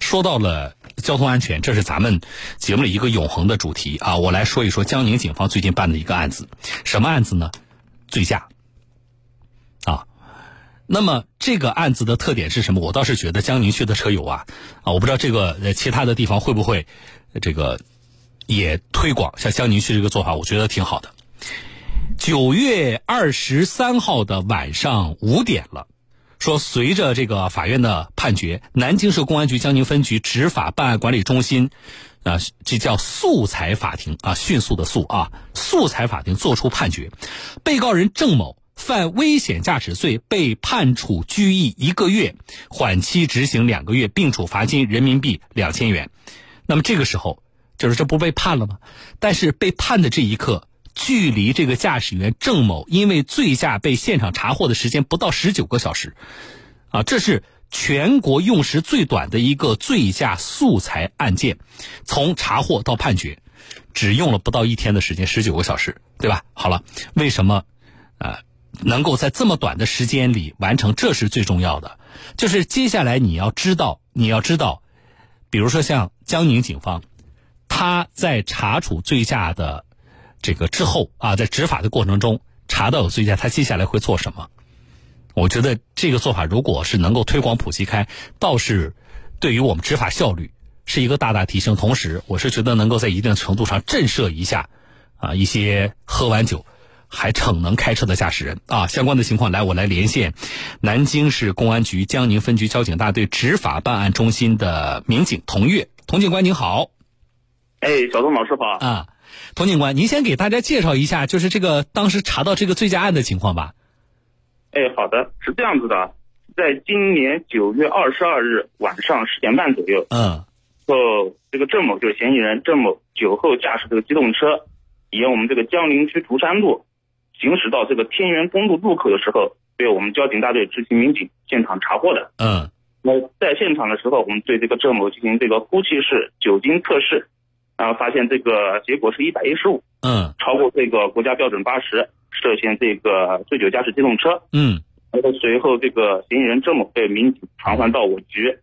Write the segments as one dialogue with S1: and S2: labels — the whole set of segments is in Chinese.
S1: 说到了交通安全，这是咱们节目里一个永恒的主题啊。我来说一说江宁警方最近办的一个案子，什么案子呢？醉驾啊。那么这个案子的特点是什么？我倒是觉得江宁区的车友啊啊，我不知道这个呃其他的地方会不会呃这个也推广像江宁区这个做法，我觉得挺好的。九月二十三号的晚上五点了，说随着这个法院的判决，南京市公安局江宁分局执法办案管理中心，啊，这叫素材法庭啊，迅速的速啊，素材法庭作出判决，被告人郑某犯危险驾驶罪，被判处拘役一个月，缓期执行两个月，并处罚金人民币两千元。那么这个时候，就是这不被判了吗？但是被判的这一刻。距离这个驾驶员郑某因为醉驾被现场查获的时间不到十九个小时，啊，这是全国用时最短的一个醉驾素材案件，从查获到判决，只用了不到一天的时间，十九个小时，对吧？好了，为什么，呃，能够在这么短的时间里完成，这是最重要的。就是接下来你要知道，你要知道，比如说像江宁警方，他在查处醉驾的。这个之后啊，在执法的过程中查到有醉驾，他接下来会做什么？我觉得这个做法如果是能够推广普及开，倒是对于我们执法效率是一个大大提升。同时，我是觉得能够在一定程度上震慑一下啊一些喝完酒还逞能开车的驾驶人啊。相关的情况，来我来连线南京市公安局江宁分局交警大队执法办案中心的民警童月，童警官您好。
S2: 哎，小东老师好
S1: 啊。童警官，您先给大家介绍一下，就是这个当时查到这个醉驾案的情况吧。
S2: 哎，好的，是这样子的，在今年九月二十二日晚上十点半左右，
S1: 嗯，
S2: 后这个郑某就是嫌疑人郑某酒后驾驶这个机动车，沿我们这个江宁区竹山路行驶到这个天元公路路口的时候，被我们交警大队执勤民警现场查获的。
S1: 嗯，
S2: 那在现场的时候，我们对这个郑某进行这个呼气式酒精测试。然后发现这个结果是一百一十五，
S1: 嗯
S2: 超过这个国家标准八十，涉嫌这个醉酒驾驶机动车。
S1: 嗯
S2: 然后随后这个嫌疑人郑某被民警传唤到我局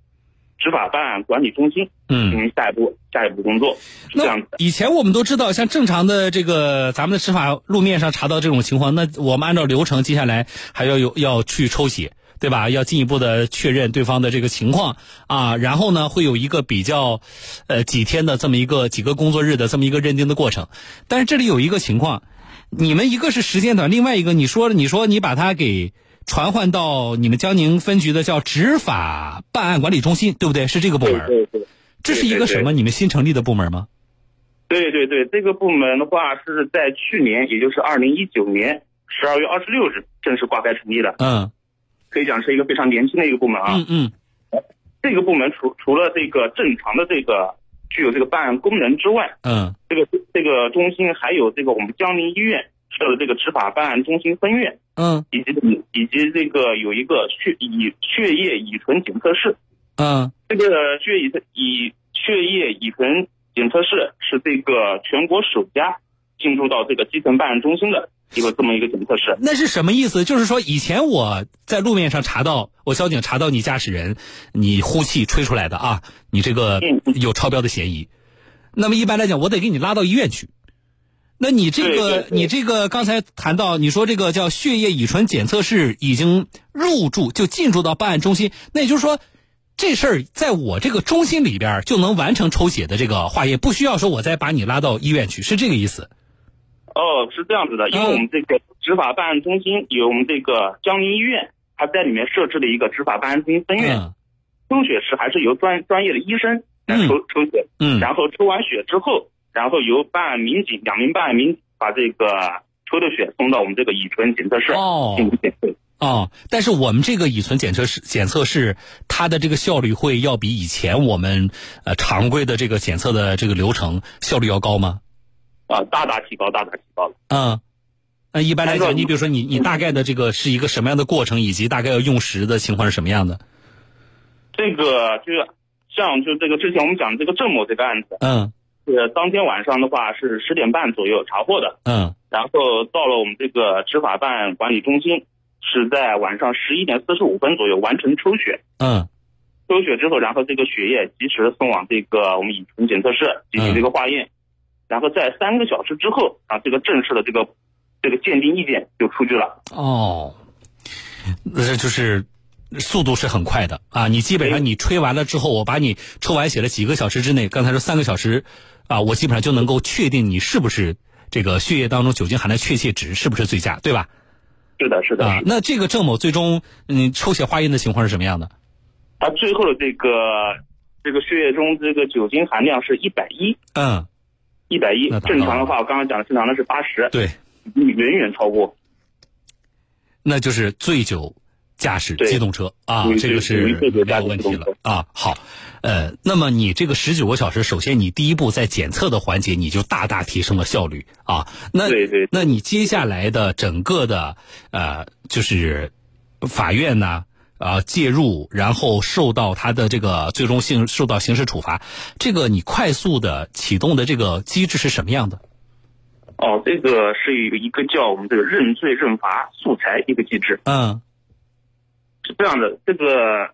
S2: 执法办案管理中心进
S1: 嗯。
S2: 行下一步下一步工作，是这样
S1: 那
S2: 子的。
S1: 以前我们都知道，像正常的这个咱们的执法路面上查到这种情况，那我们按照流程，接下来还要有要去抽血，对吧？要进一步的确认对方的这个情况啊，然后呢会有一个比较，呃几天的这么一个几个工作日的这么一个认定的过程。但是这里有一个情况，你们一个是时间短，另外一个你说你说你把他给传唤到你们江宁分局的叫执法办案管理中心，对不对？是这个部
S2: 对
S1: 门儿，
S2: 对对
S1: 这是一个什么？你们新成立的部门吗？
S2: 对对对，这个部门的话是在去年，也就是二零一九年十二月二十六日正式挂牌成立的，
S1: 嗯
S2: 可以讲是一个非常年轻的一个部门啊。
S1: 嗯嗯
S2: 这个部门除除了这个正常的这个具有这个办案功能之外，
S1: 嗯
S2: 这个这个中心还有这个我们江宁医院设的这个执法办案中心分院。
S1: 嗯
S2: 以及以及这个有一个血乙血液乙醇检测室，
S1: 嗯
S2: 这个血液乙血液乙醇检测室是这个全国首家进入到这个基层办案中心的一个这么一个检测室。
S1: 那是什么意思？就是说，以前我在路面上查到，我交警查到你驾驶人，你呼气吹出来的啊，你这个
S2: 嗯
S1: 有超标的嫌疑。那么一般来讲，我得给你拉到医院去。那你这
S2: 对
S1: 个
S2: 对，对
S1: 你这个刚才谈到，你说这个叫血液乙醇检测室已经入驻，就进驻到办案中心。那也就是说，这事儿在我这个中心里边儿就能完成抽血的这个化验，不需要说我再把你拉到医院去，是这个意思？
S2: 哦，是这样子的，因为
S1: 嗯
S2: 我们这个执法办案中心有我们这个江宁医院，它在里面设置了一个执法办案中心分院，
S1: 嗯
S2: 抽血时还是由专专业的医生来抽抽血，
S1: 嗯
S2: 然后抽完血之后，然后由办案民警两名办案民警把这个抽的血送到我们这个乙醇检测室
S1: 哦
S2: 进行检测。
S1: 哦，但是我们这个乙醇检测室检测室，它的这个效率会要比以前我们呃常规的这个检测的这个流程效率要高吗？
S2: 啊，大大提高，大大提高了。
S1: 嗯，那一般来
S2: 按
S1: 讲，
S2: 照嗯
S1: 你比如说你你大概的这个是一个什么样的过程，以及大概要用时的情况是什么样的？
S2: 这个就是像就这个之前我们讲这个郑某这个案子，
S1: 嗯
S2: 呃，当天晚上的话是十点半左右查获的，
S1: 嗯
S2: 然后到了我们这个执法办案管理中心，是在晚上十一点四十五分左右完成抽血。
S1: 嗯
S2: 抽血之后，然后这个血液及时送往这个我们乙醇检测室
S1: 嗯
S2: 进行这个化验，然后在三个小时之后啊，这个正式的这个这个鉴定意见就出具了。
S1: 哦，这就是速度是很快的啊！你基本上
S2: 对
S1: 你吹完了之后，我把你抽完血的几个小时之内，刚才说三个小时啊，我基本上就能够确定你是不是这个血液当中酒精含量确切值是不是醉驾，对吧？
S2: 是的，是的，
S1: 啊，那这个郑某最终嗯抽血化验的情况是什么样的？
S2: 他最后的这个这个血液中这个酒精含量是一百一，
S1: 嗯，
S2: 一百一
S1: 那，达到
S2: 正常
S1: 了
S2: 的话，我刚刚讲的正常的是八十，
S1: 对，
S2: 你远远超过。
S1: 那就是醉酒驾驶
S2: 对
S1: 机动车啊
S2: 对，
S1: 这个是
S2: 对对对
S1: 没有问题
S2: 驾驶机
S1: 了
S2: 动
S1: 啊。好，呃，那么你这个十九个小时，首先你第一步在检测的环节，你就大大提升了效率啊。那
S2: 对对
S1: 那你接下来的整个的呃，就是法院呢啊、介入，然后受到他的这个最终性受到刑事处罚，这个你快速的启动的这个机制是什么样的？
S2: 哦，这个是一个一个叫我们这个认罪认罚素材一个机制，
S1: 嗯
S2: 是这样的。这个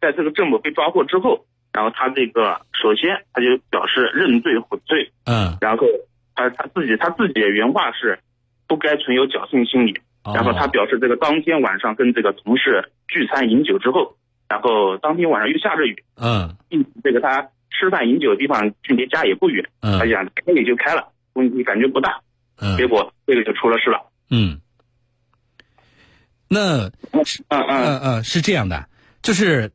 S2: 在这个郑某被抓获之后，然后他这个首先他就表示认罪悔罪，
S1: 嗯
S2: 然后他他自己他自己的原话是不该存有侥幸心理，然后他
S1: 哦
S2: 表示这个当天晚上跟这个同事聚餐饮酒之后，然后当天晚上又下着雨，
S1: 嗯
S2: 嗯，这个他吃饭饮酒的地方距离家也不远，
S1: 嗯
S2: 他想开也就开了，问题感觉不大，
S1: 嗯
S2: 结果这个就出了事了。
S1: 嗯，那
S2: 嗯嗯，
S1: 嗯嗯是这样的，就是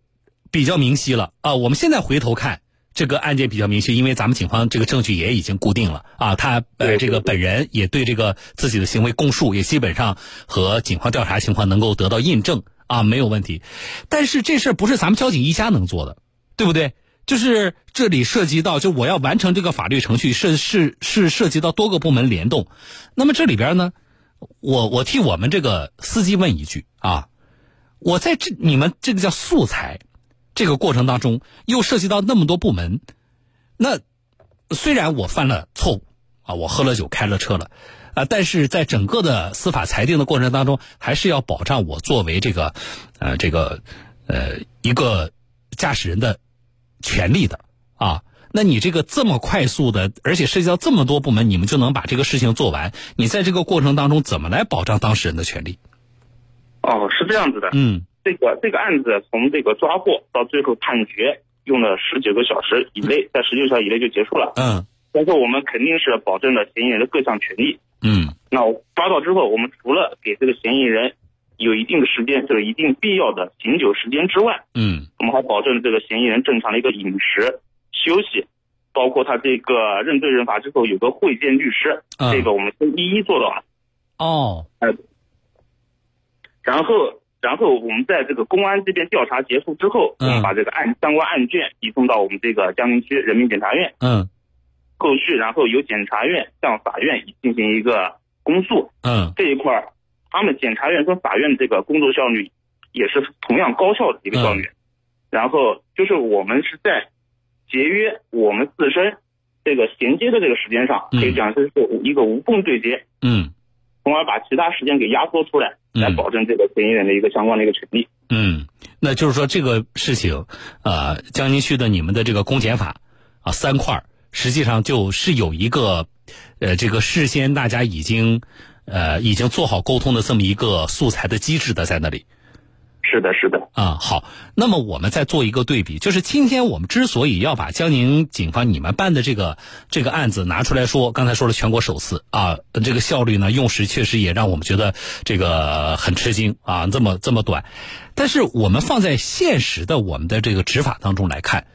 S1: 比较明晰了啊。我们现在回头看这个案件比较明晰，因为咱们警方这个证据也已经固定了啊。他呃
S2: 对
S1: 这个
S2: 对对
S1: 本人也对这个自己的行为供述也基本上和警方调查情况能够得到印证啊，没有问题。但是这事儿不是咱们交警一家能做的，对不对？就是这里涉及到，就我要完成这个法律程序，是是是涉及到多个部门联动。那么这里边呢，我我替我们这个司机问一句啊，我在这你们这个叫素材这个过程当中，又涉及到那么多部门，那虽然我犯了错误啊，我喝了酒开了车了。啊，但是在整个的司法裁定的过程当中，还是要保障我作为这个，呃，这个，呃，一个驾驶人的权利的啊。那你这个这么快速的，而且涉及到这么多部门，你们就能把这个事情做完？你在这个过程当中，怎么来保障当事人的权利？
S2: 哦，是这样子的，
S1: 嗯
S2: 这个这个案子从这个抓获到最后判决用了十九个小时以内，在十九小时以内就结束了。
S1: 嗯
S2: 但是我们肯定是保证了嫌疑人的各项权利。
S1: 嗯
S2: 那我抓到之后，我们除了给这个嫌疑人有一定的时间，就是一定必要的醒酒时间之外，
S1: 嗯
S2: 我们还保证这个嫌疑人正常的一个饮食、休息，包括他这个认罪认罚之后有个会见律师，
S1: 嗯
S2: 这个我们都一一做到了。
S1: 哦
S2: 然后，然后我们在这个公安这边调查结束之后，我
S1: 嗯
S2: 们把这个案相关案卷移送到我们这个江宁区人民检察院，
S1: 嗯
S2: 后续然后由检察院向法院进行一个公诉
S1: 嗯
S2: 这一块儿，他们检察院跟法院这个工作效率也是同样高效的一个效
S1: 嗯
S2: 率。然后就是我们是在节约我们自身这个衔接的这个时间上，
S1: 嗯
S2: 可以讲这是一个无缝对接，
S1: 嗯
S2: 从而把其他时间给压缩出来，来
S1: 嗯
S2: 保证这个嫌疑人的一个相关的一个权利。
S1: 嗯，那就是说这个事情，呃，江宁区的你们的这个公检法啊三块儿，实际上就是有一个，呃，这个事先大家已经，呃，已经做好沟通的这么一个素材的机制的在那里。
S2: 是的，是的。
S1: 啊、好，那么我们再做一个对比，就是今天我们之所以要把江宁警方你们办的这个这个案子拿出来说，刚才说了全国首次啊，这个效率呢用时确实也让我们觉得这个很吃惊啊，这么这么短，但是我们放在现实的我们的这个执法当中来看，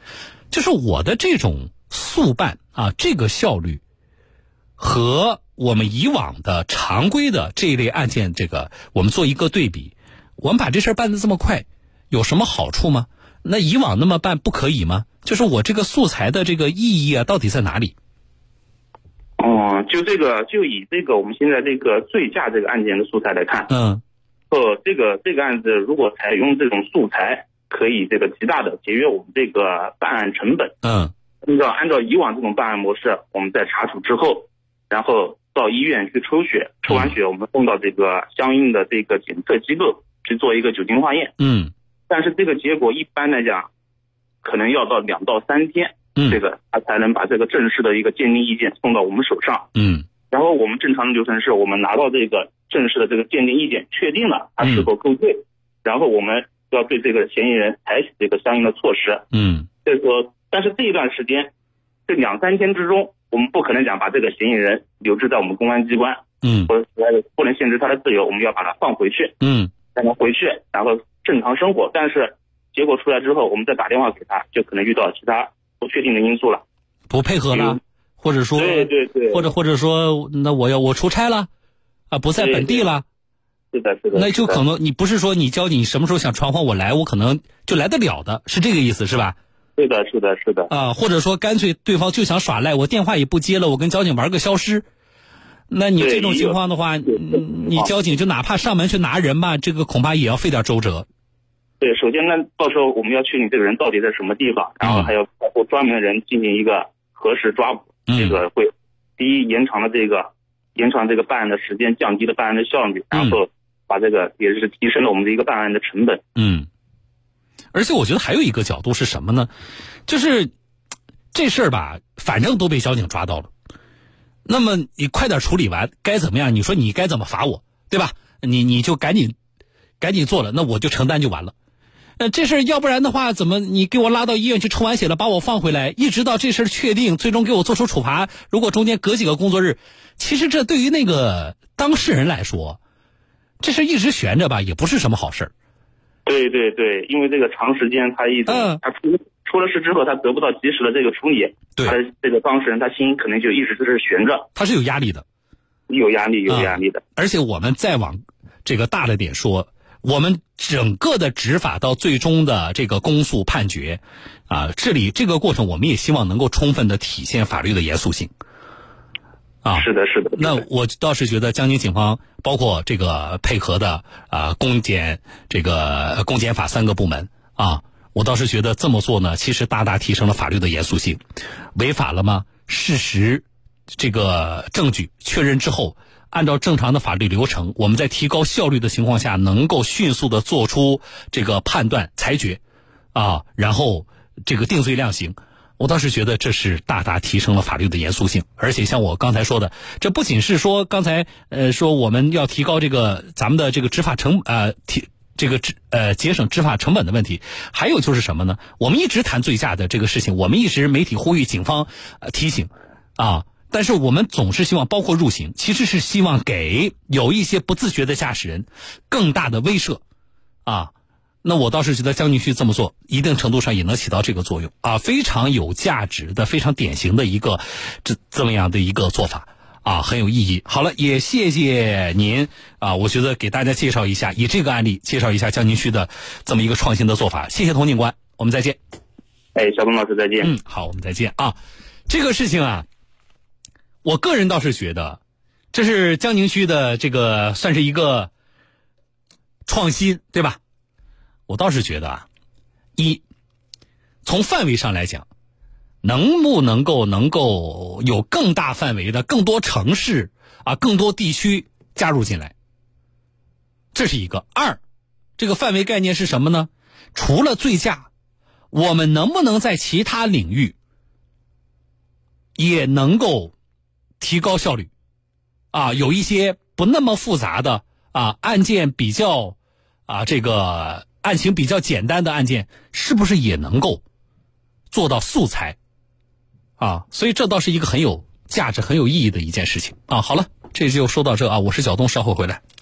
S1: 就是我的这种速办啊，这个效率和我们以往的常规的这一类案件，这个我们做一个对比，我们把这事儿办得这么快，有什么好处吗？那以往那么办不可以吗？就是我这个素材的这个意义啊，到底在哪里？
S2: 哦，就这个，就以这个我们现在这个醉驾这个案件的素材来看，
S1: 嗯
S2: 呃，这个这个案子如果采用这种素材，可以这个极大的节约我们这个办案成本。
S1: 嗯
S2: 按照按照以往这种办案模式，我们在查处之后，然后到医院去抽血，抽完血我们送到这个相应的这个检测机构去做一个酒精化验。
S1: 嗯
S2: 但是这个结果一般来讲，可能要到两到三天，
S1: 嗯
S2: 这个他才能把这个正式的一个鉴定意见送到我们手上。
S1: 嗯
S2: 然后我们正常的流程是我们拿到这个正式的这个鉴定意见，确定了他是否构罪，然后我们要对这个嫌疑人采取这个相应的措施。
S1: 嗯
S2: 所以说，但是这一段时间，这两三天之中，我们不可能讲把这个嫌疑人留置在我们公安机关，
S1: 嗯
S2: 或者是不能限制他的自由，我们要把他放回去，
S1: 嗯
S2: 让他回去，然后正常生活。但是结果出来之后，我们再打电话给他，就可能遇到其他不确定的因素了。
S1: 不配合了
S2: 嗯，
S1: 或者说
S2: 对对对，
S1: 或者或者说那我要我出差了啊，不在
S2: 对
S1: 本地了。
S2: 是的，是的，
S1: 那就是
S2: 的
S1: 可能你不是说你交警什么时候想传唤我来，我可能就来得了的，是这个意思是吧？
S2: 是的，是的，是的，
S1: 啊，或者说干脆对方就想耍赖，我电话也不接了，我跟交警玩个消失。那你
S2: 对
S1: 这种情况的话，
S2: 有有这种
S1: 嗯
S2: 情
S1: 你
S2: 况
S1: 交警就哪怕上门去拿人吧，这个恐怕也要费点周折。
S2: 对，首先呢，到时候我们要确定这个人到底在什么地方，然后还要包括专门的人进行一个核实抓捕，
S1: 嗯
S2: 这个会第一延长了这个延长这个办案的时间，降低了办案的效率，
S1: 嗯
S2: 然后把这个也是提升了我们的一个办案的成本。
S1: 嗯，而且我觉得还有一个角度是什么呢？就是这事儿吧，反正都被交警抓到了，那么你快点处理完，该怎么样？你说你该怎么罚我，对吧？你你就赶紧赶紧做了，那我就承担就完了。那这事儿要不然的话，怎么你给我拉到医院去抽完血了，把我放回来，一直到这事儿确定，最终给我做出处罚？如果中间隔几个工作日，其实这对于那个当事人来说，这事儿一直悬着吧，也不是什么好事儿。
S2: 对对对，因为这个长时间他一直、
S1: 嗯
S2: 他出出了事之后，他得不到及时的这个处理，
S1: 对
S2: 他的这个当事人他心可能就一直就是悬着，
S1: 它是有压力的。
S2: 有压力，有
S1: 嗯
S2: 压力的。
S1: 而且我们再往这个大了点说，我们整个的执法到最终的这个公诉判决，啊，这里这个过程，我们也希望能够充分的体现法律的严肃性。啊
S2: 是的，是的。
S1: 那我倒是觉得江宁警方包括这个配合的啊、公检这个呃公检法三个部门啊，我倒是觉得这么做呢，其实大大提升了法律的严肃性。违法了吗？事实这个证据确认之后，按照正常的法律流程，我们在提高效率的情况下，能够迅速的做出这个判断裁决啊，然后这个定罪量刑。我倒是觉得这是大大提升了法律的严肃性，而且像我刚才说的，这不仅是说刚才呃说我们要提高这个咱们的这个执法成呃提这个执呃节省执法成本的问题，还有就是什么呢？我们一直谈醉驾的这个事情，我们一直媒体呼吁警方呃提醒啊，但是我们总是希望包括入刑，其实是希望给有一些不自觉的驾驶人更大的威慑啊。那我倒是觉得江宁区这么做，一定程度上也能起到这个作用啊，非常有价值的、非常典型的一个这这么样的一个做法啊，很有意义。好了，也谢谢您啊，我觉得给大家介绍一下，以这个案例介绍一下江宁区的这么一个创新的做法。谢谢童警官，我们再见。
S2: 哎，小东老师再见。
S1: 嗯，好，我们再见啊。这个事情啊，我个人倒是觉得，这是江宁区的这个算是一个创新，对吧？我倒是觉得啊，一从范围上来讲，能不能够能够有更大范围的、更多城市啊、更多地区加入进来，这是一个。二，这个范围概念是什么呢？除了醉驾，我们能不能在其他领域也能够提高效率？啊，有一些不那么复杂的啊案件比较啊这个案情比较简单的案件，是不是也能够做到素材？啊，所以这倒是一个很有价值、很有意义的一件事情啊。好了，这就说到这啊，我是小东，稍后回来。